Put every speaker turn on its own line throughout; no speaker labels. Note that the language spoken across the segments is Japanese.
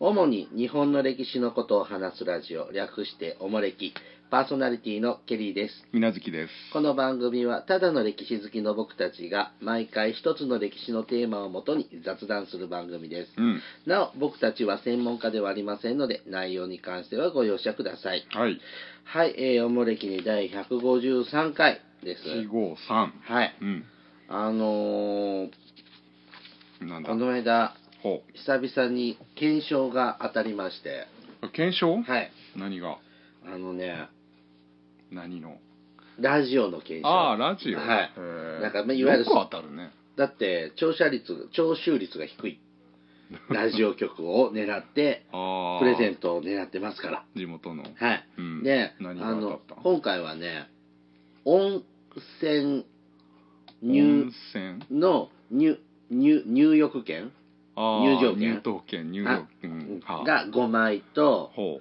主に日本の歴史のことを話すラジオ、略しておもれき、パーソナリティのケリーです。
みなずきです。
この番組はただの歴史好きの僕たちが毎回一つの歴史のテーマをもとに雑談する番組です。
うん。
なお、僕たちは専門家ではありませんので、内容に関してはご容赦ください。
はい。
はい、えー、おもれきに第153回です。
一五三。
はい。
う
あのー、
ん。なんだ
こ。の間、
ほ
久々に検証が当たりまして、
う。検証？
はい。
何が？
あのね、
何の？
ラジオの検証。
ああラジオ。
はい
へー
なんかまあいわゆる
よく当たるね。
だって、聴取率、聴取率が 低い。ラジオ局を狙って、
ああ。
プレゼントを狙ってますから。
地元の。
はい。
うん。
で、
何
あ
が
の
当たった？
今回はね、温泉
温
入
泉。
の入入入浴券
ああ
入場券
入湯券入場券。はあ。
が5枚と、
ほ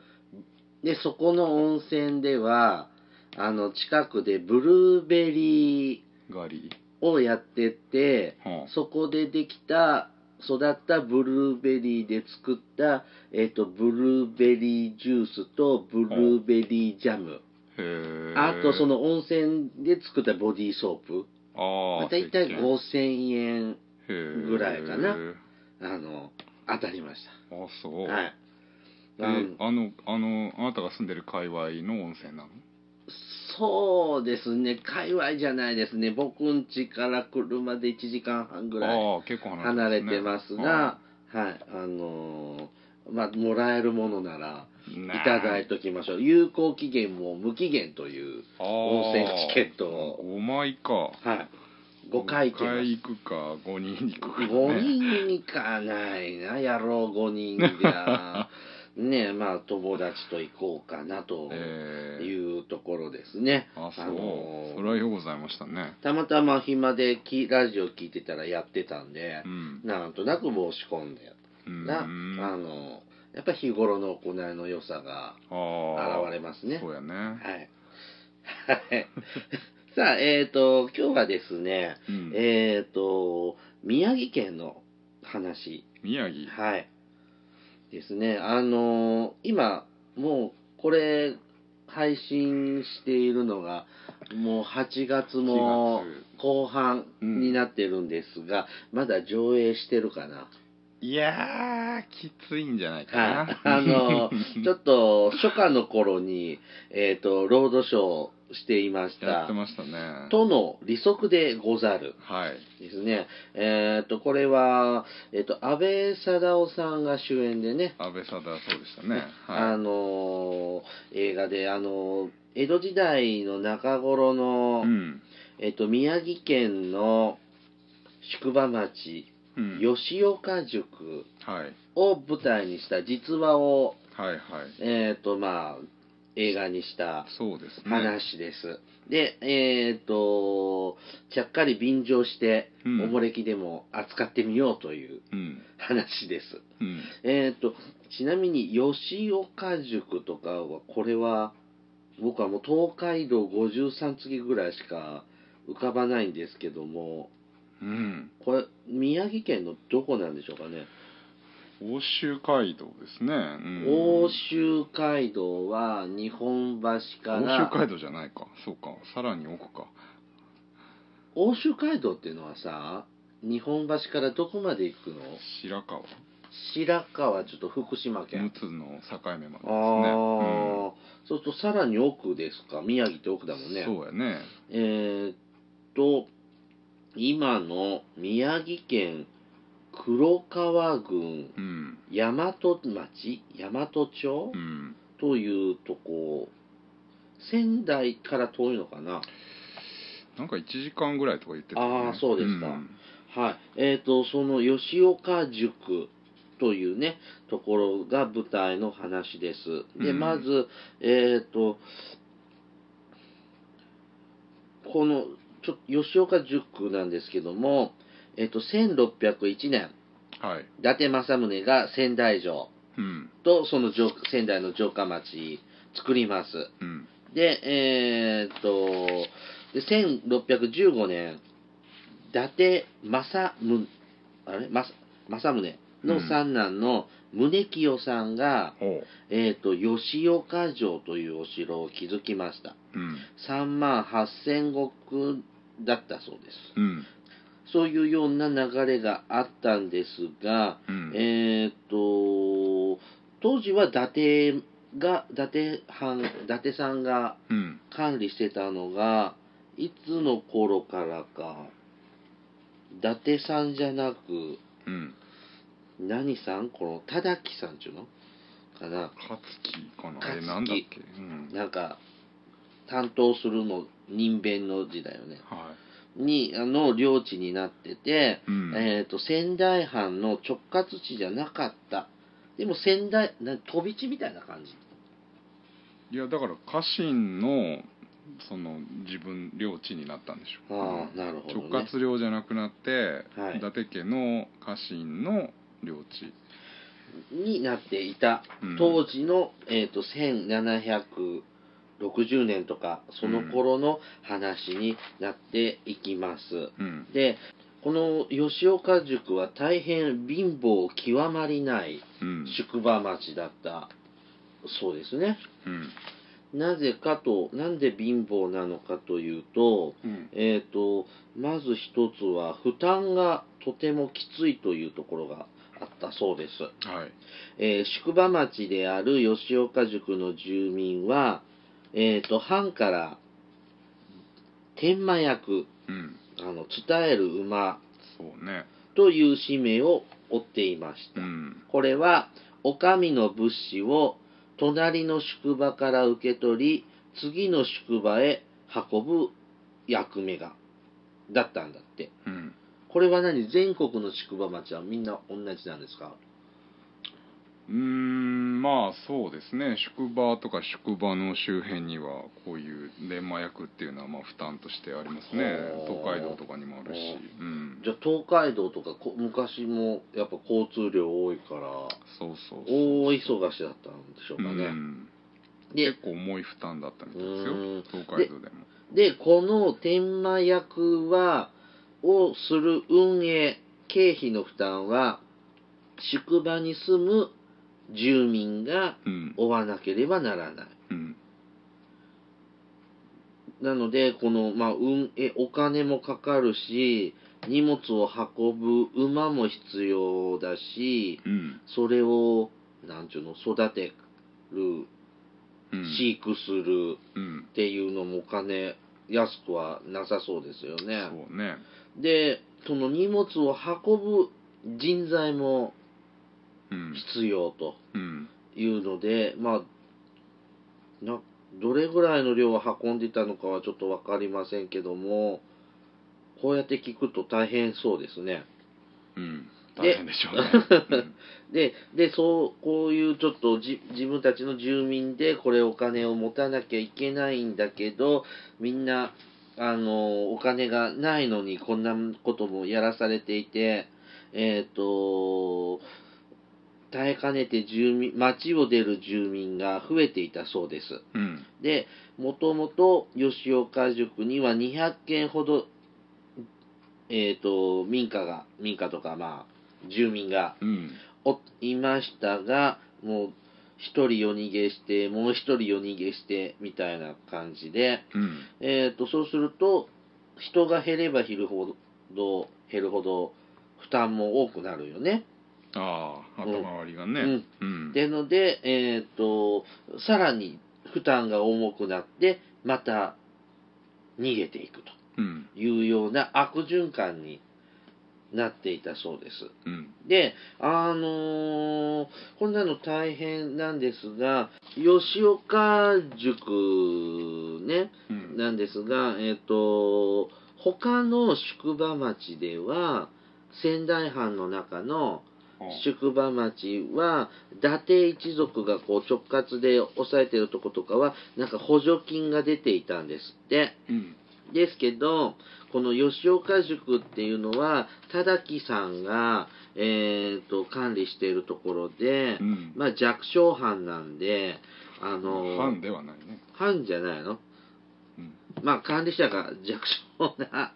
で、そこの温泉では、あの、近くでブルーベリー
う。ガリ。
をやってて、
ほ
そこでできた、育ったブルーベリーで作った、えっ、と、ブルーベリージュースとブルーベリージャム。
う。へえ。
あと、そ。の温泉で作ったボディーソープ。
ああ。
だいたい
石鹸
5000円、ぐらいかな
へー
あの、当たりまし
あそう。
た。はい。
え
あ
ー
の
あのあのあなたが住んでる界隈の温泉なの？
そうですね、界隈じゃないですね、僕ん家から車で1時間半ぐらい
ああ結構
離
離
れ
れて,、
てますが、はい、あのーまあ、もらえるものなら、い
ね
ただいておきましょう。有効期限も無期限という、
あー
温泉チケットを
5枚か
はい、5回行
五
けます
回。行くか5人行くか、ね、
5人に行かないな、野郎5人じ ゃ。ねえ、まあ、友達と行こうかなと
えー
いうところですね。
あそう、
あのー
それはようございましたね
たまたま暇できラジオ聞いてたらやってたんで
う、ん
なんとなく申し込んでやったら、
うん
あの、やっぱ日頃の行いの良さが
あ
現れますね。
そ
は
うやね、
い。 はい。さあ、えっ、と、今日はですね、
うん
えっ、と、宮城県の話、
宮城
はい。ですね、あの今、もう、これ、配信しているのが、もう8月も
8
後半になってるんですが、まだ上映してるかな。
いやーきついんじゃないかな、
はい。あ の、ちょっと、初夏の頃に、えっ、と、ロードショーしていまし
やったて。ましたね
との利息でござる。
はい
ですね。えっ、と、これは、えっ、と、安倍貞夫さんが主演でね、
安倍貞そうでしたね
あ
はい
のー映画で、あのー江戸時代の中頃の、
うん
えっと、宮城県の宿場町、
うん
吉岡塾
はい
を舞台にした実話を、
はいはい
えっと、まあ、映画にした
そうですね
話です。で、えっ、と、ちゃっかり便乗して、
うん
おもれきでも扱ってみようという
うん
話です。
うん
えー、とちなみに吉岡塾とかはこれは僕はもう東海道53次ぐらいしか浮かばないんですけども
うん
これ宮城県のどこなんでしょうかね、
欧州街道ですね、うん
欧州街道は日本橋か
欧州
ら
街道じゃないかそうかさらに奥か
欧州街道っていうのはさ日本橋からどこまで行くの
白川
白川ちょっと福島
陸
県
奥の境
あ
目までですね
あ、ーそうするとさらに奥ですか宮城って奥だもんね
うん、そうやね
えーっと、今の宮城県黒川郡
うん
大和町大和町、
うん
というとこ、仙台から遠いのかな
なんか1時間ぐらいとか言ってた、
あーそうですか
ん
はい。えーっと、その吉岡塾というね、ところが舞台の話です。で、
うん
まず、えーっと、この、ちょ吉岡塾なんですけども、えーっと、1601年、
はい
伊達政宗が仙台城
うん
とその城仙台の城下町作ります。
うん
で、えーっと、で1615年、伊達政宗、あれま政宗、の三男の宗清さんが、
おう
えー、と吉岡城というお城を築きました
うん
3万8000石だったそうで
うん
すそういうような流れがあったんですが、
うん
えー、と当時は伊達が伊達藩伊達さんが
うん
管理してたのがいつの頃からか伊達さんじゃなく
うん
何さんこの忠樹さんちゅうのかな
勝木かな
勝
え
木
なんだっけうん
なんか担当するの人弁の字だよね
は
にあの領地になってて、
いうん
えー、と仙台藩の直轄地じゃなかったでも仙台な飛び地みたいな感じ
いやだから家臣のその自分領地になったんでしょ
ああ
うん
なるほどね
直轄領じゃなくなって、
はい
伊達家の家臣の領地
になっていた、
うん
当時の、えー、と1760年とかその頃の話になっていきます、
うん
でこの吉岡塾は大変貧乏極まりない
うん
宿場町だったそうですね
うん
なぜかとなんで貧乏なのかというと
うん
えー、とまず一つは負担がとてもきついというところがあったそうです、
はい
えー宿場町である吉岡塾の住民は、えー、と藩から天満役
うん
あの伝える馬
そうね
という使命を負っていました、
うん
これはお上の物資を隣の宿場から受け取り次の宿場へ運ぶ役目がだったんだって
うん
これは何全国の宿場町はみんな同じなんですか
うーんまあそうですね宿場とか宿場の周辺にはこういう錬磨薬っていうのはまあ負担としてありますね
ほう
東海道とかにもあるし
ほ
うん
じゃあ東海道とかこ昔もやっぱ交通量多いから
そうそうそう
大忙しだったんでしょうか
う
ね、
ん
で
結構重い負担だったみたいです
う
よ
ん
東海道でも
でこの天満役はをする運営経費の負担は宿場に住む住民が
うん
負わなければならない
うん
なのでこの、まあ、運営お金もかかるし荷物を運ぶ馬も必要だし
うん
それをなんちゅうの育てる
うん
飼育する
うん
っていうのもお金安くはなさそうですよね。
そうね
でその荷物を運ぶ人材も
うん
必要と
うん
いうのでまあなどれぐらいの量を運んでいたのかはちょっと分かりませんけどもこうやって聞くと大変そうですね。
うん
で
大変でしょうねうん
ででそうこういうちょっとじ自分たちの住民でこれお金を持たなきゃいけないんだけどみんなあのお金がないのにこんなこともやらされていてえっ、と耐えかねて住民町を出る住民が増えていたそうです
うん
でもともと吉岡塾には200軒ほどえっ、と民家が民家とかまあ住民が
うん
おいましたがもう一人夜逃げしてもう一人夜逃げしてみたいな感じで、
うん
えー、とそうすると人が減れば減るほど減るほど負担も多くなるよね。
ああ後回りがね
うん
うん
でので、えー、とさらに負担が重くなってまた逃げていくと
うん
いうような悪循環になっていたそうです。
うん
で、あのーこんなの大変なんですが、吉岡塾ね、
うん
なんですが、えっ、と、他の宿場町では、仙台藩の中の宿場町は、伊達一族がこう直轄で抑えてるとことかは、なんか補助金が出ていたんですって。
うん
ですけど、この吉岡塾っていうのは、忠木さんが、えー、と管理しているところで、
うん
まあ、弱小藩なんで、あの
ファンではないね
藩じゃないの、
うん
まあ、管理者が弱小な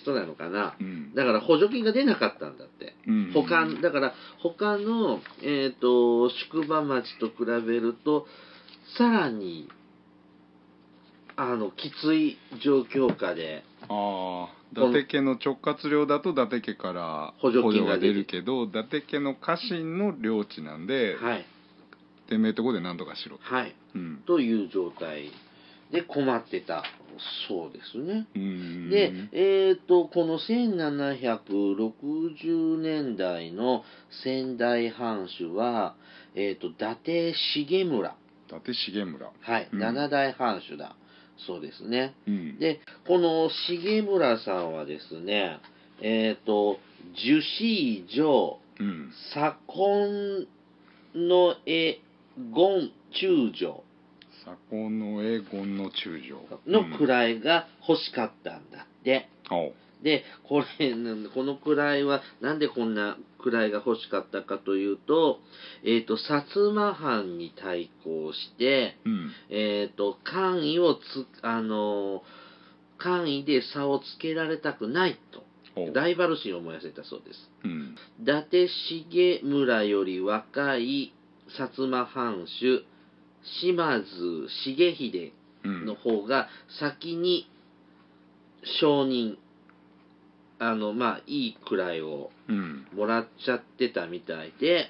人なのかな
うん
だから補助金が出なかったんだって
うん
他だから他の、えー、と宿場町と比べるとさらにあのきつい状況下で
ああ伊達家の直轄領だと伊達家から
補助金が
が
出
出
る
るけど伊達家の家臣の領地なんで、
はい
てめえとこで何とかしろ
はい
うん
という状態で困ってたそうですね。
うん
で、えー、とこの1760年代の仙台藩主は、えー、と伊達重村、
伊達重村
はい
うん
七代藩主だそうですね。
うん
で、この重村さんはですね、えっ、と、樹脂城、
うん
左近の絵、権中将
左近の栄権の中将
の位が欲しかったんだって。
うんおう
で、これ、なんこの位は、なんでこんな位が欲しかったかというと、えっ、と、薩摩藩に対抗して、
うん
えっ、と、官位をつ、あのー、官位で差をつけられたくないと、
おう
ライバル心を燃やせたそうです。
うん
伊達重村より若い薩摩藩主、島津重秀
うん
の方が先に承認、あの、まあ、いい位を
うん
もらっちゃってたみたいで、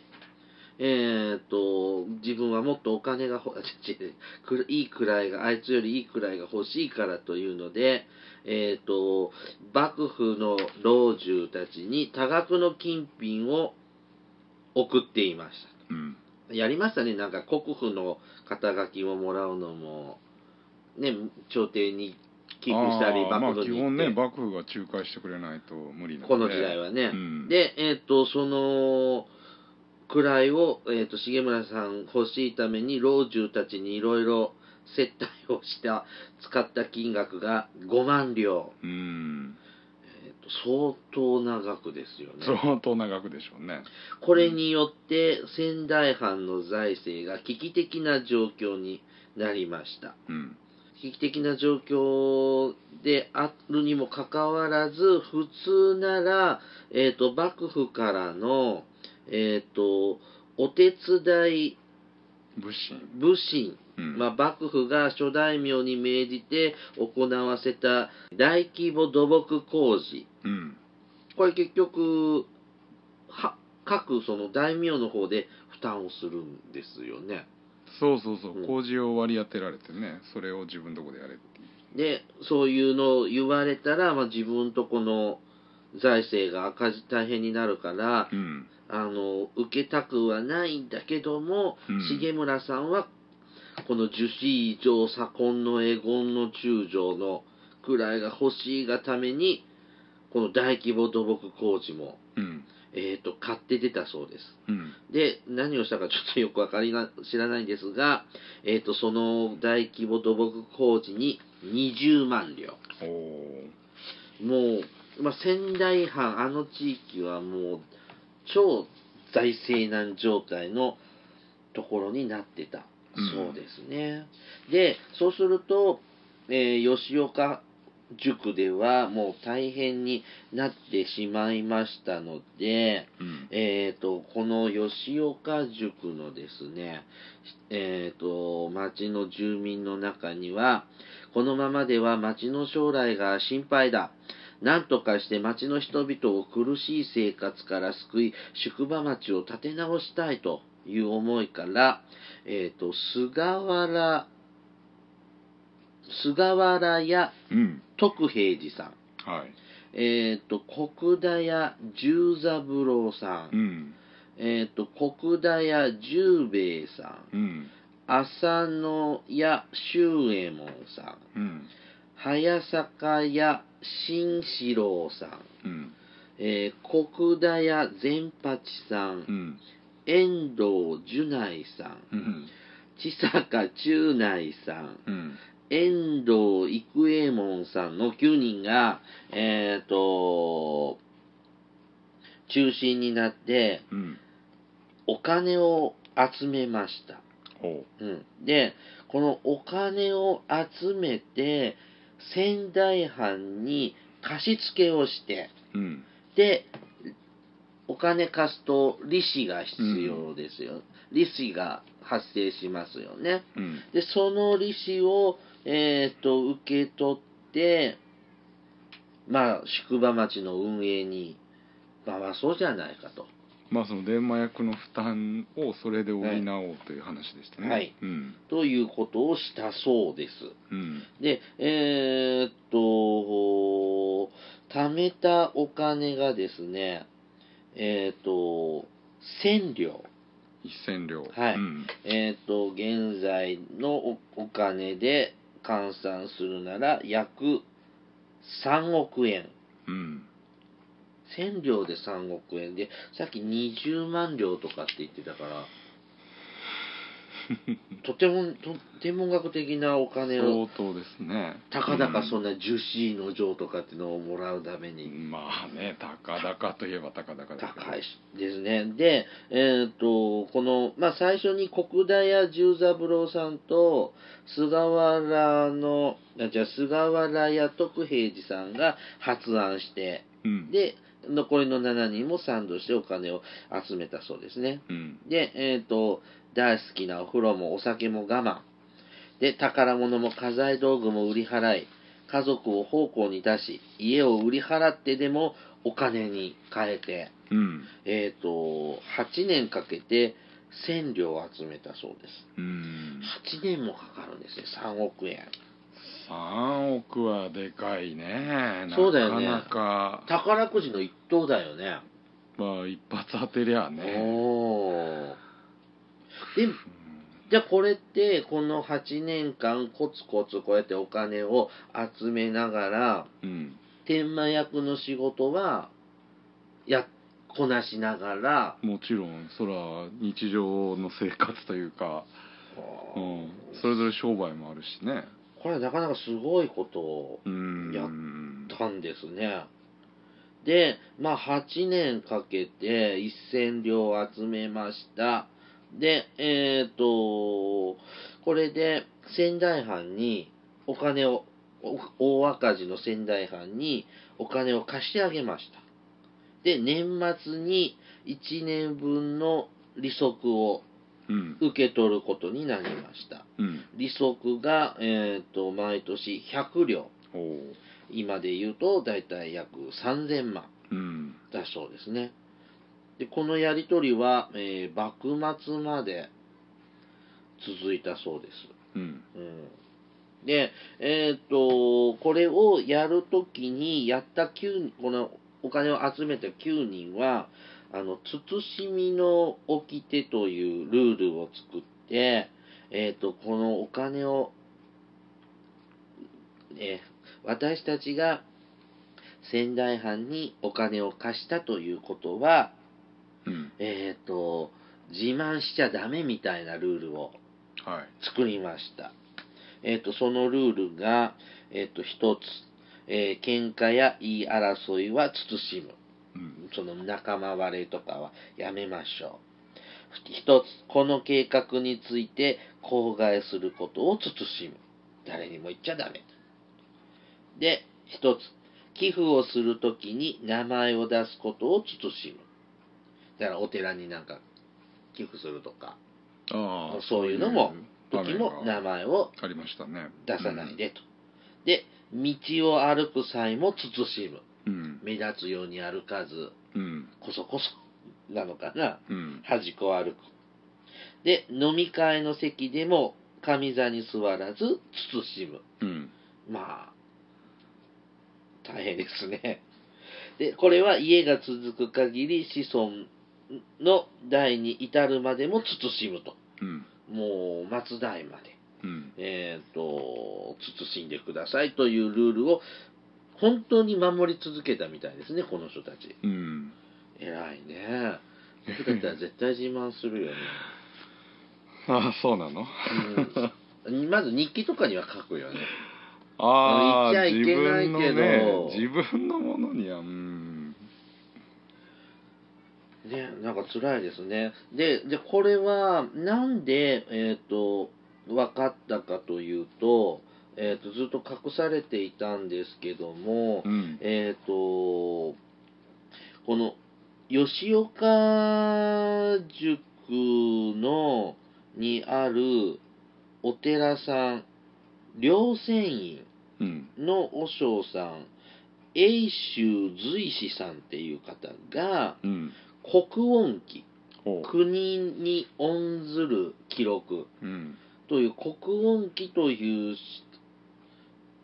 えー、と自分はもっとお金がほ 違うくいい位があいつよりいい位が欲しいからというので、えー、と幕府の老中たちに多額の金品を送っていまし
うん
たやりましたねなんか国府の肩書きをもらうのも、ね、朝廷に寄付したり
あーまあ
幕府
基
に
本
行
ね
って、
幕府が仲介してくれないと無理なんで
この時代はね、
うん
で、えっ、と、その、位を、えっ、と、重村さん欲しいために、老中たちにいろいろ接待をした、使った金額が5万両。
うん
えっと相当な額ですよね。
相当長くでしょうね
これによって、仙台藩の財政が危機的な状況になりました。
うん
危機的な状況であるにもかかわらず、普通なら、えっ、と、幕府からの、えっ、と、お手伝い
武神
武神、
うん
まあ、幕府が諸大名に命じて行わせた大規模土木工事。
うん
これ結局、は、各その大名の方で負担をするんですよね。
そうそうそう、
うん
工事を割り当てられてねそれを自分のとこでやれっていう
で、そういうのを言われたら、まあ、自分とこの財政が赤字大変になるから、
うん
あの、受けたくはないんだけども、
うん
重村さんは、この樹脂以上左近のエゴンの中将の位が欲しいがために、この大規模土木工事も、
うん
えっ、と、買って出たそうです。
うん
で、何をしたかちょっとよくわかりな、知らないんですが、えっ、と、その大規模土木工事に20万両。
おー
もう、まあ、仙台藩、あの地域はもう、超財政難状態のところになってた。
うん
そうですね。で、そうすると、えー吉岡塾ではもう大変になってしまいましたので、
うん
えー、と、この吉岡塾のですね、えー、と、町の住民の中には、このままでは町の将来が心配だ。なんとかして町の人々を苦しい生活から救い、宿場町を立て直したいという思いから、えー、と、菅原、菅原屋
うん
徳平寺さん、
はい
えー、と、国田屋十三郎さん
う、ん
えっ、と、国田屋十兵衛さん、
うん
浅野屋周右衛門さん、
うん
早坂屋新四郎さん、
うん
えー、国田屋善八さ、
うんん
遠藤樹内さん、
うん
千坂中内さん、
うん
遠藤育右衛門さんの9人が、えっ、と、中心になって、
うん
お金を集めました。
おう
うん、でこのお金を集めて仙台藩に貸付をして
うん
でお金貸すと利子が必要ですよ、利子が発生しますよね
うん
でその利子を、えー、と受け取ってまあ宿場町の運営に回そうじゃないかと
まあその電話役の負担をそれで補おうという話でしたね
はい
うん
ということをしたそうです
うん
でえー、っと貯めたお金がですねえー、っと千両
一千両
はい
うん
えー、と現在のおお金で換算するなら約3億円
うん
1000両で3億円でさっき20万両とかって言ってたからとてもと天文学的なお金を
相当ですね
たかだか
うん
そんな樹脂の錠とかっていうのをもらうために
まあね高々といえば高々だけど
高いしですねでえっ、とこの、まあ、最初に国田屋十三郎さんと菅原のあじゃあ菅原屋徳平寺さんが発案して
うん
で残りの7人も賛同してお金を集めたそうですね
うん
でえっ、と大好きなお風呂もお酒も我慢で宝物も家財道具も売り払い家族を奉公に出し家を売り払ってでもお金に変えて
うん
えっ、と8年かけて1000両を集めたそうです
うん
8年もかかるんですね3億円
3億はでかいね
そうだよね
なかなか
宝くじの一等だよね
まあ一発当てりゃあね
おおで
うん
じゃあこれってこの8年間コツコツこうやってお金を集めながら
うん
天満役の仕事はやこなしながら
もちろんそら日常の生活というか、うん、それぞれ商売もあるしね
これはなかなかすごいことを
うん
やったんですね。で、まあ8年かけて1000両集めました。で、えっ、と、これで仙台藩にお金を、お大赤字の仙台藩にお金を貸してあげました。で、年末に1年分の利息を
うん
受け取ることになりました。
うん
利息が、えっ、と、毎年100両。
おう
今で言うと大体約3000万
うん
だそうですねでこのやり取りは、えー幕末まで続いたそうです、
うん
うん、でえーっとこれをやるときにやった9人このお金を集めた9人はあの慎みの掟というルールを作って、えーっとこのお金をえー私たちが仙台藩にお金を貸したということは、
うん
えっ、と、自慢しちゃダメみたいなルールを
はい
作りました。えっ、と、そのルールが、えっ、と、一つ、えー喧嘩や言い争いは慎む。
うん
その仲間割れとかはやめましょう。一つ、この計画について口外することを慎む。誰にも言っちゃダメ。で、一つ、寄付をするときに名前を出すことを慎む。だからお寺になんか寄付するとか、
ああ
そういうのも、
そう
時
いう場
も
面が
名前を
ありましたね
出さないでと。で、道を歩く際も慎む。
うん
目立つように歩かず、
うん
こそこそなのかな。
うん
端っこを歩く。で、飲み会の席でも、上座に座らず、慎む。
うん
まあ、大変ですね。で、これは家が続く限り、子孫の代に至るまでも慎むと。
うん
もう、末代まで、
うん
えっ、と、慎んでくださいというルールを、本当に守り続けたみたいですね、この人たち。
うん
偉いね。僕だったら絶対自慢するよね。
ああそうなの
うん まず日記とかには書くよね。
あ
言
あ
っちゃい
自
けない
分の
けど
ね自分のものにはうん
ね、なんか辛いですね。で、でこれはなんで、えっと分かったかというと、えー、とずっと隠されていたんですけども、
うん
えっ、と、この、吉岡塾の、にあるお寺さん、両船院
うん
の和尚さん、永州随志さんっていう方が、
うん
国音記、
ほ
国に恩ずる記録
ううん
という国音記という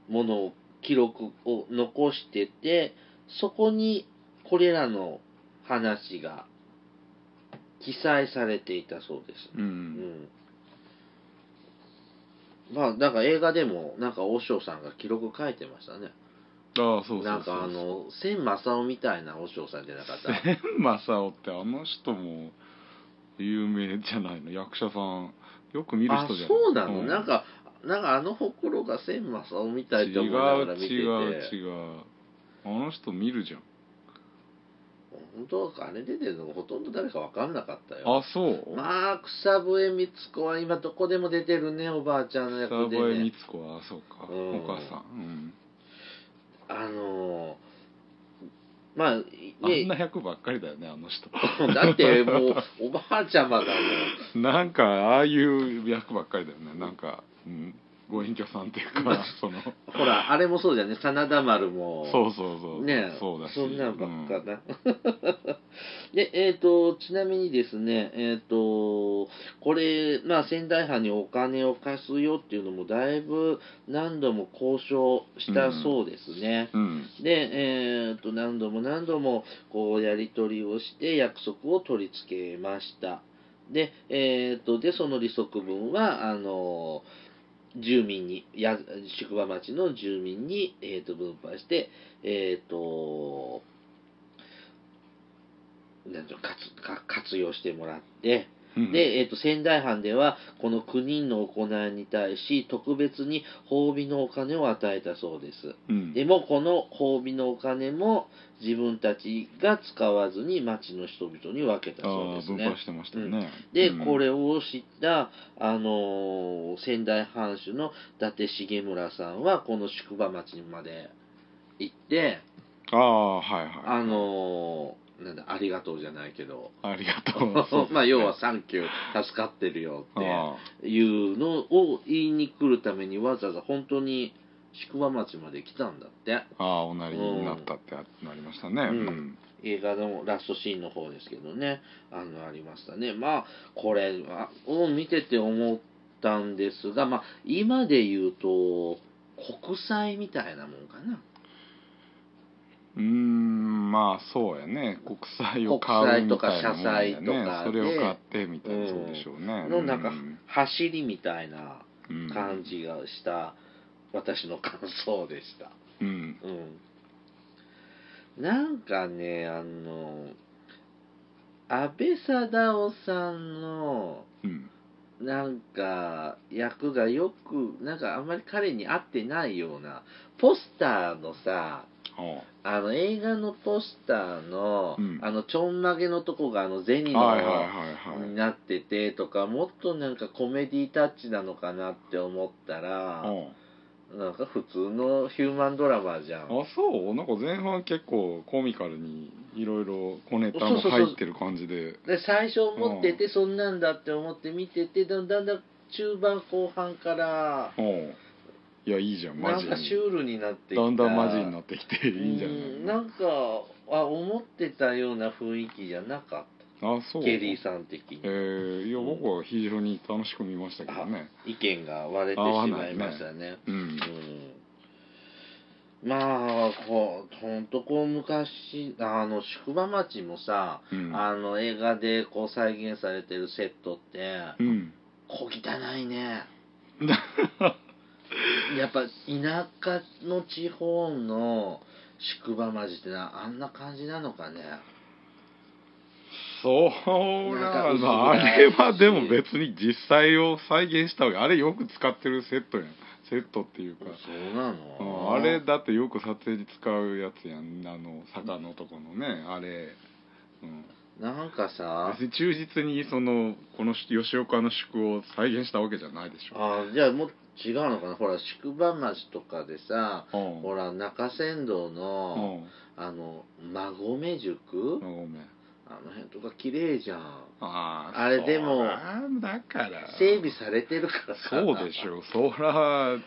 ものを記録を残しててそこにこれらの話が記載されていたそうです。
う
うんんまあ、なんか映画でも、なんか、和尚さんが記録書いてましたね。
ああそうそうそう
なんか、あの、千正雄みたいな和尚さんじゃなかった。
千正雄ってあの人も有名じゃないの役者さんよ く見る
あ
人じゃない
そうなの、なんかなんかあのほくろが千正雄みたい
違
と
う
思いながら見てて
違う違うあの人見るじゃん
本当はあれ出てるのほとんど誰か分かんなかったよ
あそう、
まあ草笛光子は今どこでも出てるねおばあちゃんの役
サー
で
バー
ね
光子はあそうか、
うん
お母さん、
あのーまあ
うん、あんな
ね
役ばっかりだよねあの人
だってもうおばあちゃまだもん
なんかああいう役ばっかりだよねなんか、うん、ご隠居さんっていうかその
ほらあれもそうじゃんね真田丸も
そうそうそう
ねえ
そうだし
んなんばっか
うん
な、 でえっ、とちなみにですねえっ、とこれまあ仙台藩にお金を貸すよっていうのもだいぶ何度も交渉したそうですね、
うん
で、えっと何度も何度もこうやり取りをして約束を取り付けましたで,、えっとでその利息分はあの住民にや宿場町の住民に、えっと分配してえっ、となんていうの活か活用してもらって、
うん
で、えー、と仙台藩ではこの9人の行いに対し特別に褒美のお金を与えたそうです
うん
でもこの褒美のお金も自分たちが使わずに町の人々に分けたそう
ああ
です
分
ね
配してましたよね、
で、
うん
これを知った、あのー仙台藩主の伊達重村さんはこの宿場町まで行って
ああはいはい
あのーなんだありがとうじゃないけど、
ありがとうそうです ね
まあ要は「サンキュー助かってるよ」って
ああ
いうのを言いに来るためにわざわざ本当に宿場町まで来たんだって
ああおなりになったってなりましたね
う
うんん
映画のラストシーンの方ですけどねあのありましたねまあこれはを見てて思ったんですがまあ今で言うと国債みたいなもんかな
うーんまあそうやね国債を買うみたいなもんやね
国債とか社債とかで
それを買ってみたいな、
うん
そうでしょうね
のなんか
うん
走りみたいな
うん
感じがした私の感想でした。
うん
うん、なんかねあの安倍貞夫さんの
うん
なんか役がよくなんかあんまり彼に合ってないようなポスターのさ
おう
あの映画のポスターの、
うん
あのちょんまげのとこがあの銭の、
はいはいはい
に
はい
なっててとかもっとなんかコメディタッチなのかなって思ったら、
おう
なんか普通のヒューマンドラマじゃん。
あそうなんか前半結構コミカルにいろいろ小ネタも入ってる感じで
で最初思っててそんなんだって思って見ててだんだんだん中盤後半から
おういやいいじゃんマ
な
ジ
ん
に
かシュールになってきた
だんだんマジになってきて
う
いいんじゃ
ん
ない
なんかあ思ってたような雰囲気じゃなかっ
あ
た
そう
ケリーさん的に、
えー、いや
うん
僕は非常に楽しく見ましたけどね
意見が割れてし
合わ
ま
ないいね
ましたね
うん
うんまあこうほんとこう昔あの宿場町もさ、
うん
あの映画でこう再現されてるセットって、
うん
小汚いねやっぱ田舎の地方の宿場町ってなあんな感じなのかね
そう
な
なんん
か薄
だ、あ
暗いし
れはでも別に実際を再現したわけあれよく使ってるセットやんセットっていうか、
そうな
うん
の
あれだってよく撮影に使うやつやんあの坂のとこのねあれ、うん、
なんかさ
別に忠実にそのこの吉岡の宿を再現したわけじゃないでしょ
あじゃあもう違うのかなほら宿場町とかでさ
ああ
ほら中山道
あ
のあ
あ
の馬込
あ
塾
ごめん
あの辺とか綺麗じゃん
あ
あれ
そう
でも
あだから
整備されてるからかな
そうでしょそら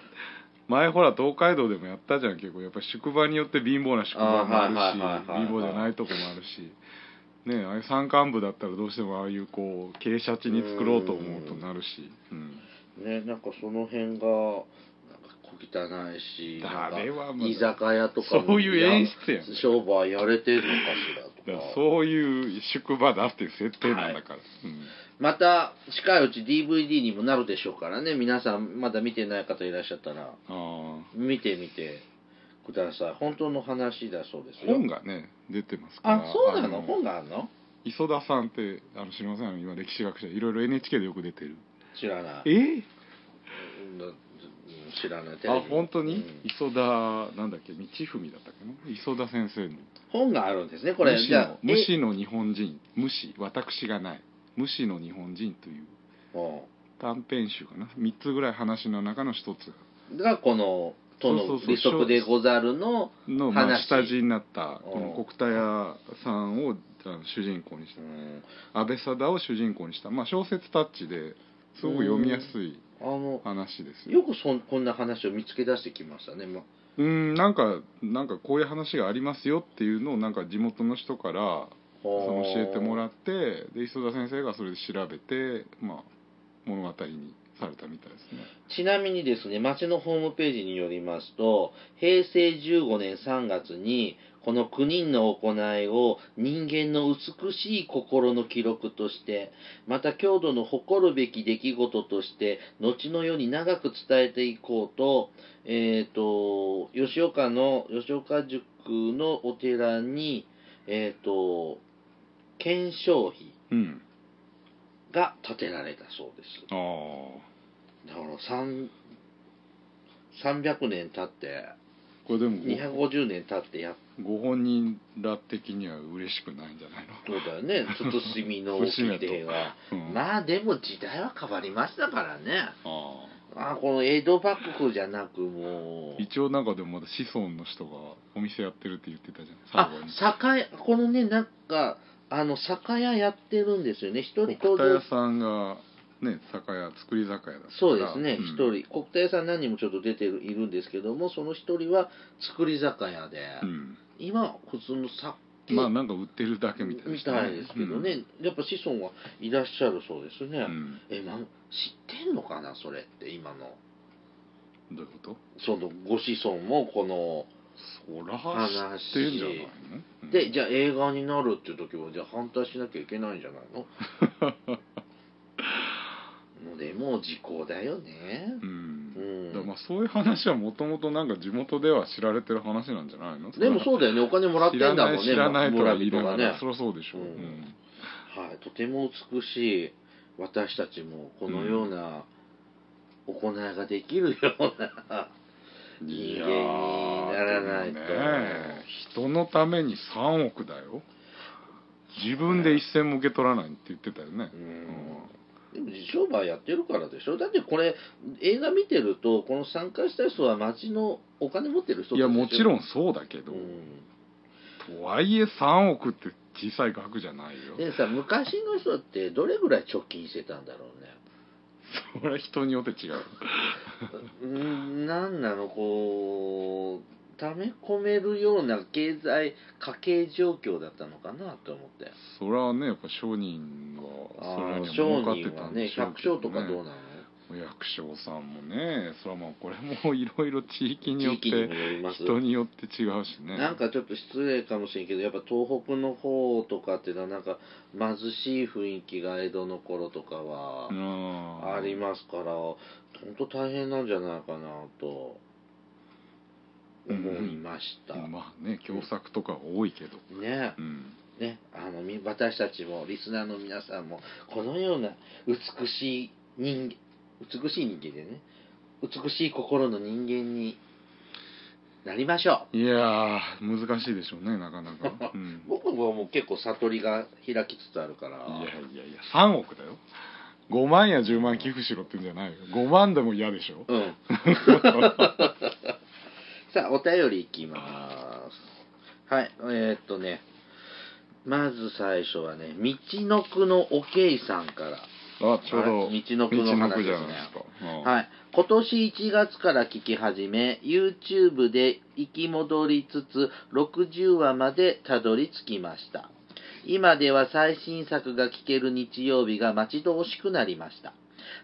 前ほら東海道でもやったじゃん結構やっぱ宿場によって貧乏な宿場もあるし
あはいはいはいはいはい
貧乏じゃないとこもあるしねえああいう山間部だったらどうしてもああいうこう傾斜地に作ろうと思うとなるしうん
ねなんかその辺がなんか小汚いしなんか
あれはまだ
居酒屋とかも
そういう演出やん
や商売やれてるのかし
だ
ら
か
と
ら
か
そういう宿場だっていう設定なんだから、うん
また近いうち DVD にもなるでしょうからね皆さんまだ見てない方いらっしゃったら
ああ
見てみてください本当の話だそうですよ
本がね出てますから
あそうな
あ
の本があるの
磯田さんってあの知りませんあの今歴史学者いろいろ NHK でよく出てる
知らない
え
うんだうん知らないテレビ
あ本当に、
うん
磯田なんだっけ道文だったっけな磯田先生の
本があるんですねこれ
無視
じゃあ
の無視の日本人無視私がない無視の日本人という
えう
短編集かな3つぐらい話の中の一つ
んがこの「と
そう
の
そうそう
利息でござるの」
の、まあ、
話
下地になった
うん
この国田屋さんをあの主人公にした
うん
安倍貞を主人公にした、まあ、小説タッチですごく読みやすい
あの
話です
よくそんこんな話を見つけ出してきましたね、ま
うんなんかなんかこういう話がありますよっていうのをなんか地元の人から
そ
その教えても
っ
らってで磯田先生がそれで調べて、まあ、物語にされたみたいですね
ちなみにですね町のホームページによりますと平成15年3月にこの9人の行いを人間の美しい心の記録としてまた郷土の誇るべき出来事として後の世に長く伝えていこうと,、えー、と吉岡の吉岡塾のお寺に、えー、と顕彰碑
うん
が建てられたそうです
ああ
だから三300年経って
これでもご
250年経ってやっ
ご本人ら的には嬉しくないんじゃないの
とだよね慎み の大きい手が、
うん
まあでも時代は変わりましたからね
あ
ああこの江戸幕府じゃなくも
あ
う
一応なんかでもまだ子孫の人がお店やってるって言ってたじゃん
あ
最後に
酒屋このねなんかあの酒屋やってるんですよね一人
国
登
田
場
屋さんがね酒屋作り酒屋だったから
そうですね
ん
一、人国体さん何人もちょっと出てるいるんですけどもその一人は作り酒屋で、
うん
今普通の酒
まあなんか売ってるだけみたい
みたいですけどね、やっぱ子孫はいらっしゃるそうですね、
うん、うん
えま知ってんのかなそれって今の
どういうこと
そのご子孫もこの
そら知ってんじゃないの、うん
でじゃあ映画になるっていう時はじゃあ反対しなきゃいけないんじゃないののでもう時効だよね
うん
うん
だからまあそういう話はもともとなんか地元では知られてる話なんじゃないの
でもそうだよねお金もらってんだもんね
知らない知らないとは
村
言い
人
な
が
が
ね
ら、そりゃそうでしょう、
う
うんん
はい、とても美しい私たちもこのような行いができるような、人間にならないと
いやーでもね人のために3億だよ自分で一銭も受け取らないって言ってたよね、
うんでも商売やってるからでしょだってこれ映画見てるとこの参加した人は町のお金持ってる人
いやもち
ん、
ろんそうだけど、
う
とはいえ3億って小さい額じゃないよ
ん、でさ昔の人ってどれぐらい貯金してたんだろうね
それは人によって違う
うんなんなのこう溜め込めるような経済家計状況だったのかなと思って
それはねやっぱ商人はそれな
あ
り
ー
に儲
商
かって
人
た
は
ん
ね
でしょう
百
け
姓
ど
とかどう
ね
な
お役所さんもねそれはまあこれもいろいろ地域によ
の
っ
地域にも
て
よります
人によって違うしね
なんかちょっと失礼かもしれんけどやっぱ東北の方とかっていうのはなんか貧しい雰囲気が江戸の頃とかは
うん
ありますから、本当大変なんじゃないかなと思いました、
まあね共作とか多いけど
ね
うん
ねあのみ私たちもリスナーの皆さんもこのような美しい人間美しい人間でね美しい心の人間になりましょう
いやー難しいでしょうねなか なか、うん、
僕はもう結構悟りが開きつつあるから
いやいやいや3億だよ5万や10万寄付しろってんじゃないよ5万でも嫌でしょ
うんさあお便りいきますはいえー、っとねまず最初はねみちのくのおけいさんから
あちょうど
あ道のくの話
じ
で
ゃ
す
な
ね
いですか、うん
はい、今年1月から聞き始め YouTube で行き戻りつつ60話までたどり着きました今では最新作が聴ける日曜日が待ち遠しくなりました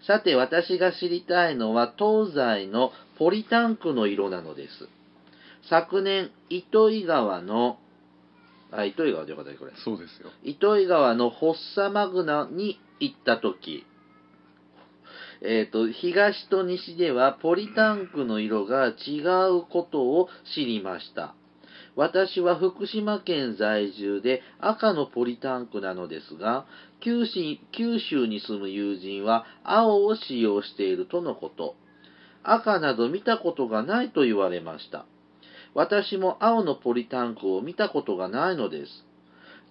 さて私が知りたいのは東西のポリタンクの色なのです昨年糸魚川のあ糸魚川でよかったねこれ
そうですよ
糸魚川のホッサマグナに行った時、えー、と東と西ではポリタンクの色が違うことを知りました私は福島県在住で赤のポリタンクなのですが九州九州に住む友人は青を使用しているとのこと赤など見たことがないと言われました私も青のポリタンクを見たことがないのです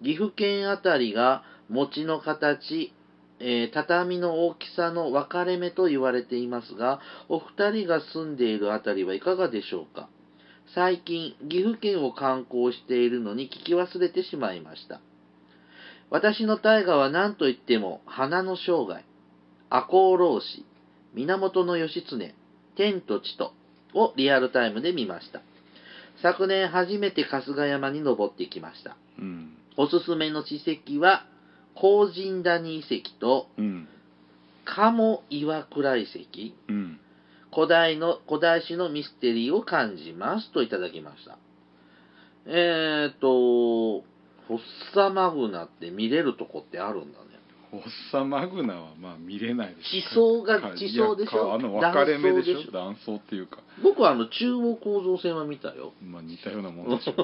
岐阜県あたりが餅の形、えー畳の大きさの分かれ目と言われていますがお二人が住んでいるあたりはいかがでしょうか最近岐阜県を観光しているのに聞き忘れてしまいました私の大河は何といっても花の生涯赤穂浪士源義経天と地とをリアルタイムで見ました昨年初めて春日山に登ってきました
うん
おすすめの史跡は、高神谷遺跡と
うん
鴨岩倉遺跡、
うん
古代の、古代史のミステリーを感じますといただきました。えーと、ホッサマグナって見れるとこってあるんだね。
ホッサマグナはまあ見れないで
地
しょ
層が、地層でし
いや
ょ
あの分かれ目でし
断層
ょ断層っていうか
僕はあの中央構造線は見たよ。
まあ似たようなもんでしょ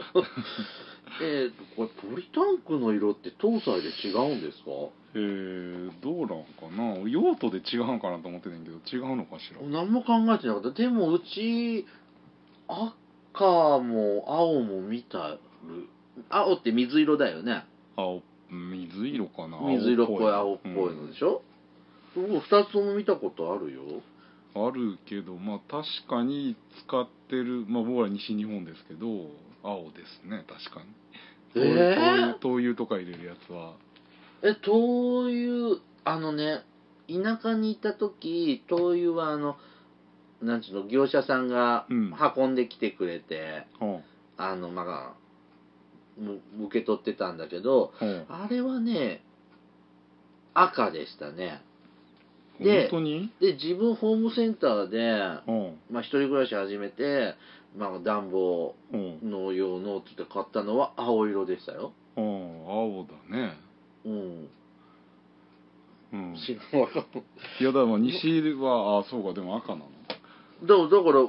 えーと、これポリタンクの色って東西で違うんですか
えー、どうなんかな用途で違うのかなと思ってたんやけど違うのかしら
何も考えてなかったでもうち赤も青も見たる青って水色だよね
青水色かな
水色っぽい青っぽいのでしょ、僕2つとも見たことあるよ
あるけどまあ確かに使ってるまあ僕ら西日本ですけど青ですね確かに
え
灯油
ー
灯油とか入れるやつは
え灯油あのね田舎にいた時灯油はあのなんちゅうの業者さんが
うん
運んできてくれて、
ほ
あのまあむ受け取ってたんだけど
うほう
あれはね赤でしたね
本
で
当に
で自分ホームセンターで、
ほ
まあ、一人暮らし始めて、まあ、暖房
うほう
の用のって買ったのは青色でしたよ、
ほう青だね
うん、
うん
知らんわかんない
いやだからまあ西はあそうかでも赤なの
だだからう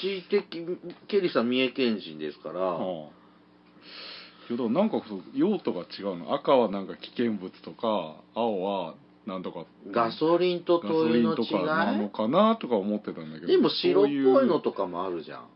ち的ケリーさん三重県人ですから、
はあ、いやだからなんかそう用途が違うの赤はなんか危険物とか青はなんとか
ガソリンと
ガ
灯
ソ
油
リン
の
とかなの
違
かなとか思ってたんだけど
いでも白っぽいの
そうう
とかもあるじゃん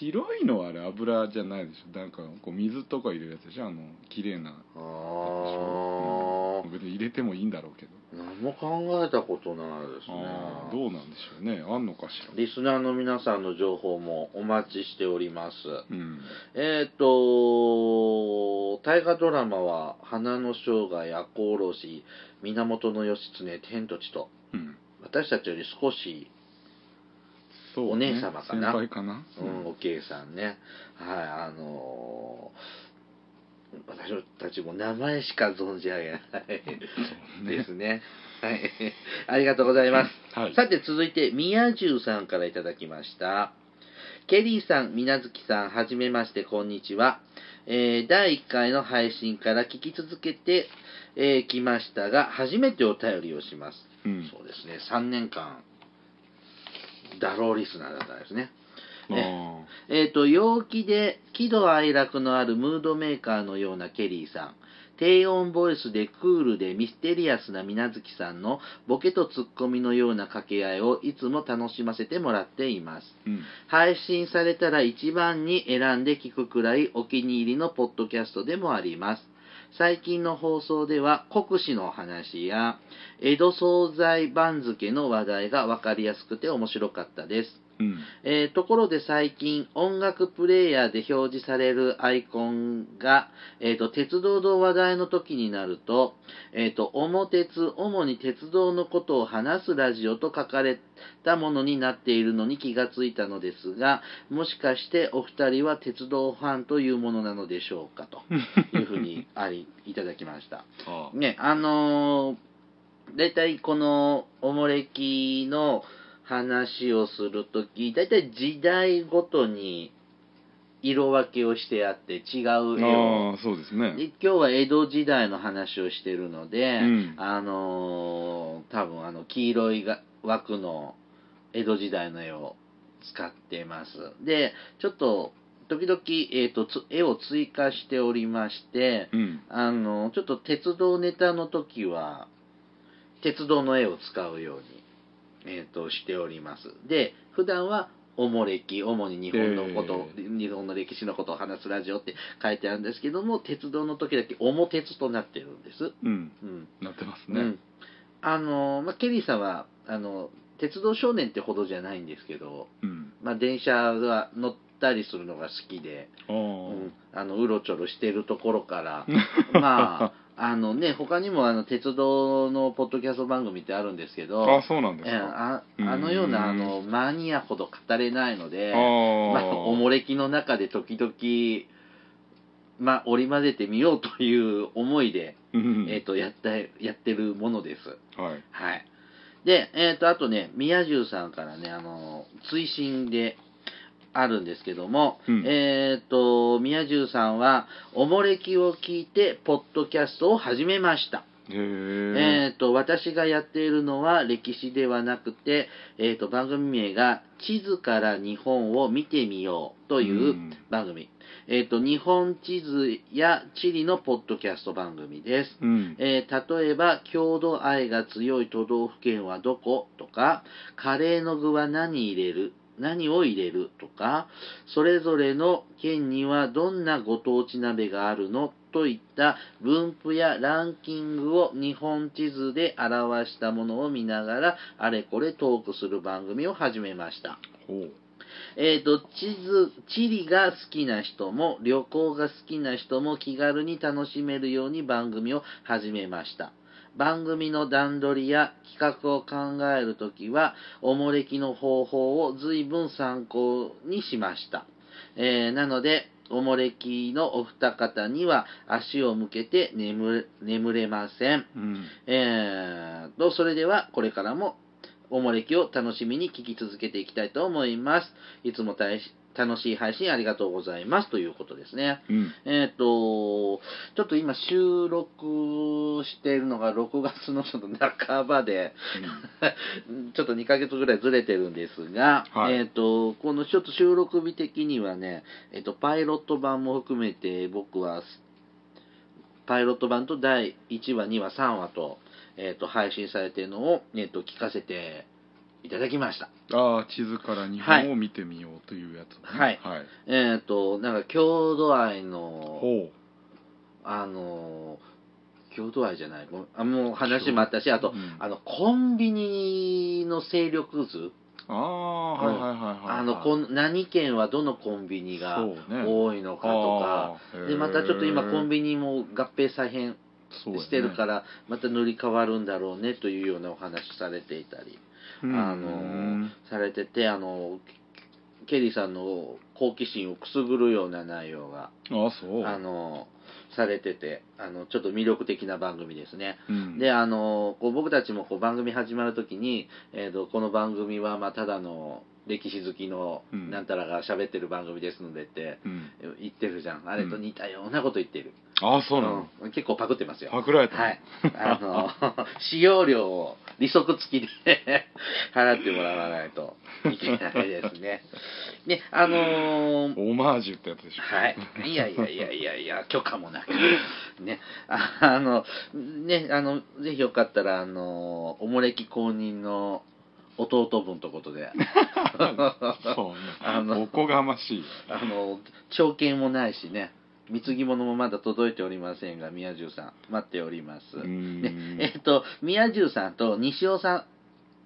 白いのはあれ油じゃないでしょなんかこう水とか入れるやつでしょあの綺麗なやつ
あ
でしょ
ー
うん別に入れてもいいんだろうけど、
何も考えたことないですね
ああどうなんでしょうねあんのかしら
リスナーの皆さんの情報もお待ちしております。
うん
えっ、と、大河ドラマは、花の生涯、赤穂浪士、源義経、天と地と、
うん
私たちより少し、
そうね
お姉様かな
先輩かな
うん、おけいさんね。はい、あのー私たちも名前しか存じ上げない
そうね
ですね。はい。ありがとうございます。
はい
さて続いて、宮中さんからいただきました。ケリーさん、みなずきさん、はじめまして、こんにちは。えー第1回の配信から聞き続けてき、えー来ましたが、初めてお便りをします。
うん
そうですね、3年間、ダローリスナーだったんですね。
ああ
えっ、と、陽気で喜怒哀楽のあるムードメーカーのようなケリーさん。低音ボイスでクールでミステリアスな水無月さんのボケとツッコミのような掛け合いをいつも楽しませてもらっています。
うん
配信されたら一番に選んで聞くくらいお気に入りのポッドキャストでもあります。最近の放送では国史の話や江戸惣菜番付の話題が分かりやすくて面白かったです。
うん
えーところで最近、音楽プレイヤーで表示されるアイコンが、えーと、鉄道の話題の時になると、えーと、主鉄、主に鉄道のことを話すラジオと書かれたものになっているのに気がついたのですが、もしかしてお二人は鉄道ファンというものなのでしょうか、というふうにあり、いただきました。
ああ
ね、あのー、だいたいこのおもれきの話をするとき、だいたい時代ごとに色分けをしてあって違う絵を。
ああそうですね
で今日は江戸時代の話をしてるので、
うん
あのー、多分あの黄色いが枠の江戸時代の絵を使ってます。で、ちょっと時々、えっ、と、つ絵を追加しておりまして、
うん
あの、ちょっと鉄道ネタの時は、鉄道の絵を使うように、えっ、と、しております。で、普段は、おもれき、主に日本のこと、日本の歴史のことを話すラジオって書いてあるんですけども、鉄道の時だけ、おも鉄となってるんです。
うん
うん。
なってます
う
ね
ん。あの、まあ、ケリーさんは、あの、鉄道少年ってほどじゃないんですけど、
うん、
まあ、電車が乗ったりするのが好きで、
ああ、
うんあのうろちょろしてるところからまああのね他にもあの鉄道のポッドキャスト番組ってあるんですけど
ああそうなんです
ええ
か、
ああのよう
う
なんあのマニアほど語れないので
あ
ま
あ
あ、おもれきの中で時々、まあ、織り交ぜてみようという思いで、
うん
えー、とやったやってるものです。
はい
はい。で、えっ、と、あとね、宮中さんからね、あの、追伸であるんですけども、
うん
えっ、と、宮中さんは、おもれきを聞いて、ポッドキャストを始めました。
へえ
えっ、と、私がやっているのは歴史ではなくて、えっ、と、番組名が、地図から日本を見てみようといううん番組。えっ、と、日本地図や地理のポッドキャスト番組です。
うん
えー例えば、郷土愛が強い都道府県はどことか、カレーの具は何入れる何を入れるとか、それぞれの県にはどんなご当地鍋があるのといった分布やランキングを日本地図で表したものを見ながら、あれこれトークする番組を始めました。
ほう
えー、と地図地理が好きな人も旅行が好きな人も気軽に楽しめるように番組を始めました番組の段取りや企画を考えるときはおもれきの方法を随分参考にしました、えーなのでおもれきのお二方には足を向けて眠れ眠れません
うん
えー、と、それではこれからもおもれきを楽しみに聞き続けていきたいと思います。いつも大し楽しい配信ありがとうございますということですね。
うん
えっ、と、ちょっと今収録しているのが6月のちょっと半ばで、 ちょっと2ヶ月ぐらいずれてるんですが、
はい
えっ、と、このちょっと収録日的にはね、えっ、と、パイロット版も含めて僕は、パイロット版と第1話、2話、3話と、えっ、と、配信されてるのを、えっ、と、聞かせていただきました。
ああ地図から日本を見てみようというやつね、
はい
はい、
えっ、と、なんか、郷土愛の、
ほ
あのー、郷土愛じゃない、ごめんあもう話もあったし、あと、
うん
あの、コンビニの勢力図、
うああはいはいはいはい、
あのこん何県はどのコンビニが
そうね
多いのかとか、
あー
で、またちょっと今、コン
へ
ビニも合併再編
ーそうやね
してるから、また塗り替わるんだろうねというようなお話されていたり、
う
あの
ん
ーされてて、あのーケリーさんの好奇心をくすぐるような内容が。
あそう
あのされててあのちょっと魅力的な番組ですね。
うん
であのこう僕たちもこう番組始まるときに、えー、とこの番組はまあただの歴史好きの
うん
なんたらが喋ってる番組ですのでって
うん、
言ってるじゃんあれと似たようなこと言ってる、
ああそうなの、
うん結構パクってますよ
パクられたの
はいあ の使用料を利息付きで 払ってもらわないといけないですねねあのー
オマージュってやつでしょ
はい。いやいやいやいやいや、許可もなく。 ね。ああの、ね、あの、ぜひよかったら、あの、おもれき公認の弟分という ことで、
そうね
あの
おこがましい
あの、証券もないしね。貢ぎ物もまだ届いておりませんが、宮中さん、待っております。
うー
ね
ん、
えっと、宮中さんと西尾さん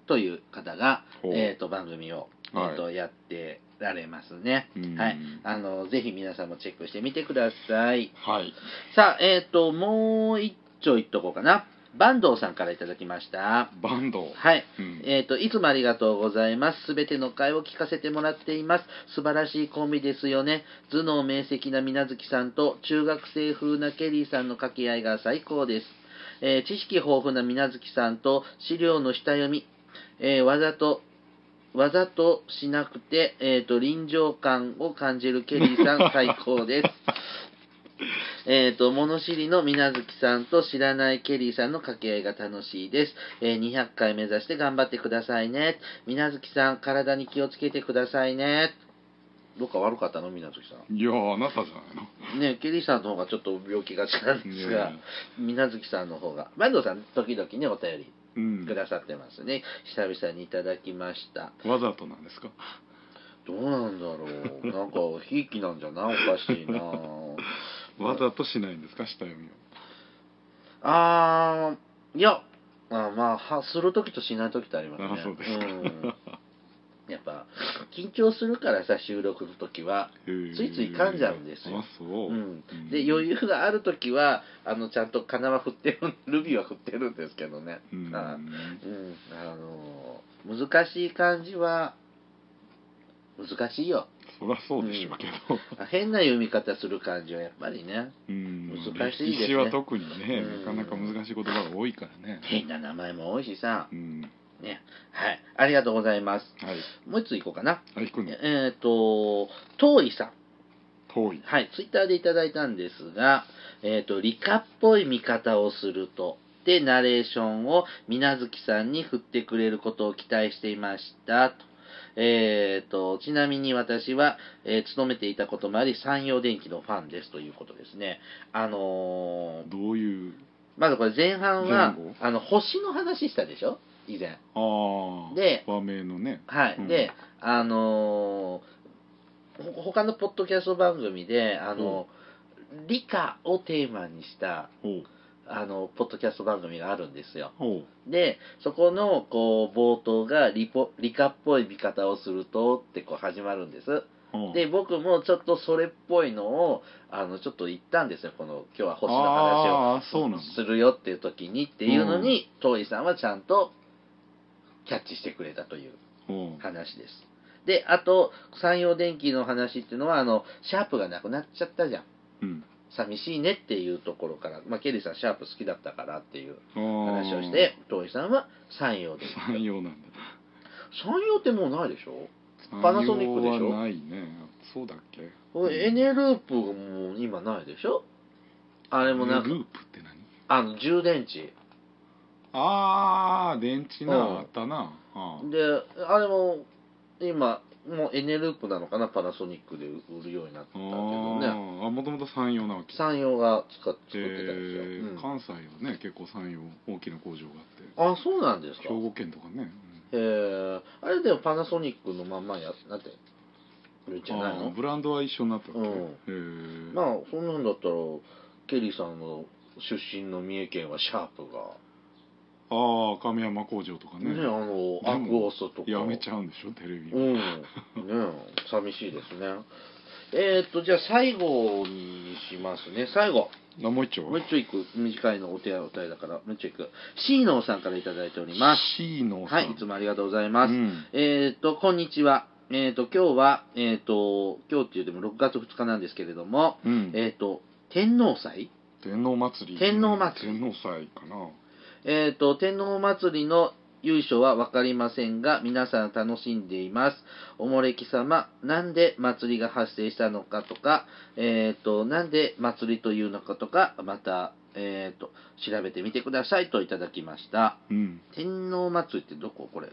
という方が、
ほう
えっと、番組を、
はい
えっと、やってられますね
う。ん
はい。あの、ぜひ皆さんもチェックしてみてください。
はい
さあ、えっと、もう一丁いっとこうかな。坂東さんからいただきました。
バンド
はい。
うん
えっ、と、いつもありがとうございます。すべての会を聞かせてもらっています。素晴らしいコンビですよね。頭脳明晰な水無月さんと中学生風なケリーさんの掛け合いが最高です。えー知識豊富な水無月さんと資料の下読み、えーわざとわざとしなくて、えっ、と、臨場感を感じるケリーさん、最高です。えっと、物知りの水無月さんと知らないケリーさんの掛け合いが楽しいです。えー200回目指して頑張ってくださいね。水無月さん、体に気をつけてくださいね。どっか悪かったの水無月さ
いやーあなたじゃないの
ん。ねケリーさんの方がちょっと病気がちなんですが、水無月さんの方が。坂東さん、時々ね、お便り
うん
くださってますね。久々にいただきました。
わざとなんですか
どうなんだろう。なんか、ひいきなんじゃなおかしいな
わざとしないんですか下読みを
あー、いや、あまあ、はするときとしないときとありますね。
あそうですか
うん、やっぱ、緊張するからさ、収録のときは。
へー
ついつい噛んじゃうんですよ
あそう、
うん
うん、
で、余裕があるときは、あの、ちゃんと金は振ってる、ルビーは振ってるんですけどね。
うん
あうん、あのー難しい感じは、難しいよ。
そりゃそうでしょうけど、
変な読み方する感じはやっぱりね。
うん
難しいですね
歴史は特にね、
うん
なかなか難しい言葉が多いからね。
変な名前も多いしさ
う。ん、
ね。はい。ありがとうございます。
はい、
もう一ついこうかな。
あ、行くの、
えっ、と、遠いさん。
遠い。
はい。ツイッターでいただいたんですが、えっ、と、理科っぽい見方をすると。で、ナレーションを水月さんに振ってくれることを期待していました。とえっ、と、ちなみに私は、えー勤めていたこともあり、山陽電機のファンですということですね。あのー
どういう。
まずこれ前半は
前後、
あの、星の話したでしょ以前。
ああ。
で
和名のね。
はい、
うん
であのーほ他のポッドキャスト番組であの、理科をテーマにした
ほう。
あのポッドキャスト番組があるんですよ
ほ
でそこのこう冒頭がリポ理科っぽい見方をするとってこう始まるんです
う。
で僕もちょっとそれっぽいのをあのちょっと言ったんですよこの今日は星の話を
ああー、そうなの。
するよっていう時にっていうのに、遠井さんはちゃんとキャッチしてくれたという
ほう。
話です。で、あと、山陽電機の話っていうのは、あの、シャープがなくなっちゃったじゃん。
うん。
寂しいねっていうところから、まあ、ケリーさん、シャープ好きだったからっていう
あー
話をして。、遠井さんは山陽です。
山陽なんだ。
山陽ってもうないでしょパ
パ
ナソニックでしょ
ないね。そうだっけ。
これエネループも今ないでしょあれもなんか
ル、ープって何。
あの、充電池。
ああ、電池な、
うん
あったな。あー
で、あれも、今、もうエネループなのかなパナソニックで売るようになった
あ
けどね。
ーあ、もともと山陽なわけ。
山陽が使っ作ってたんですよ。
えー
うん
関西はね結構山陽大きな工場があ
あ、そうなんです
っ
か
て兵庫県とかね、
えー、あれでもパナソニックのまんまやなんてるんじ
うん
ゃない
あ
の
ーブランドは一緒になったっけ、
うん
えー
まあそんなんだったらケリーさんの出身の三重県はシャープが
ああ亀山工場とかね
ねあのアクオスとか
やめち
ゃ
ゃうんでしょテレビ、
うんねえ寂しいですねえー、っとじゃあ最後にしますね最後
あもう一丁
もう一丁いく短いのお手お便りだからもう一丁いくシーノーさんから頂いただいております
シーノさん
はいいつもありがとうございます、
うん
えっ、と、こんにちは。えっ、と、今日は、えっ、と、今日っていうでも6月2日なんですけれども、
うん
えっ、と、天皇祭
天皇祭り
天皇祭り
天皇祭かな
えっ、と、天皇祭りの由緒はわかりませんが、皆さん楽しんでいます。おもれき様、なんで祭りが発生したのかとか、えっ、と、なんで祭りというのかとか、また、えっ、と、調べてみてくださいといただきました。
うん
天皇祭りってどここれ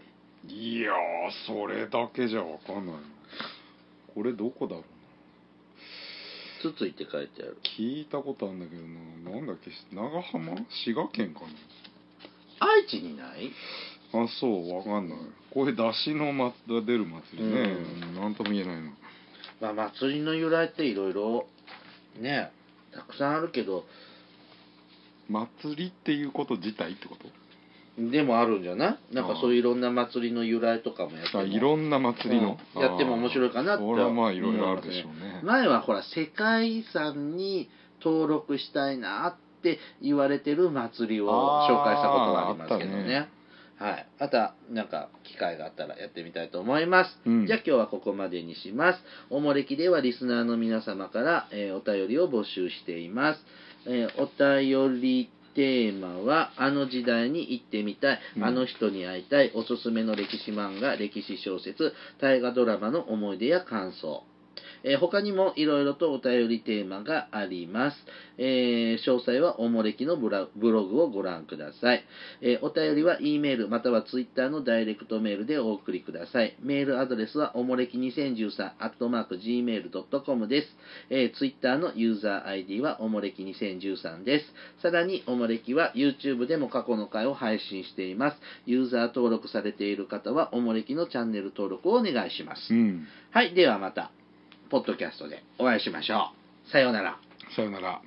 いやーそれだけじゃわかんないなこれどこだろうな
つついて書いてある。
聞いたことあるんだけどななんだっけ長浜滋賀県かな
愛知にない
あそうわかんないこういう出汁のま出る祭りね、
う
なんとも言えないな
まあ、祭りの由来っていろいろねたくさんあるけど
祭りっていうこと自体ってこと
でもあるんじゃないなんかそういういろんな祭りの由来とかもやって
あ
も
いろんな祭りの、
うんやっても面白いかなって
俺はまあいろいろあるでしょうね、
前はほら世界遺産に登録したいなって言われてる祭りを紹介したことがありますけどねはい、またなんか機会があったらやってみたいと思います、
うん
じゃあ今日はここまでにしますおもれきではリスナーの皆様から、えーお便りを募集しています、えーお便りテーマは「あの時代に行ってみたい」
うん
あの人に会いたい」おすすめの歴史漫画歴史小説大河ドラマの思い出や感想えー他にもいろいろとお便りテーマがあります。えー詳細はおもれきのブラブログをご覧ください。えーお便りは E メールまたは Twitter のダイレクトメールでお送りください。メールアドレスはおもれき2013 gmail.com です。えー、Twitter のユーザー ID はおもれき2013です。さらにおもれきは YouTube でも過去の回を配信しています。ユーザー登録されている方はおもれきのチャンネル登録をお願いします
う。ん
はい、ではまた、ポッドキャストでお会いしましょう。さようなら。
さよなら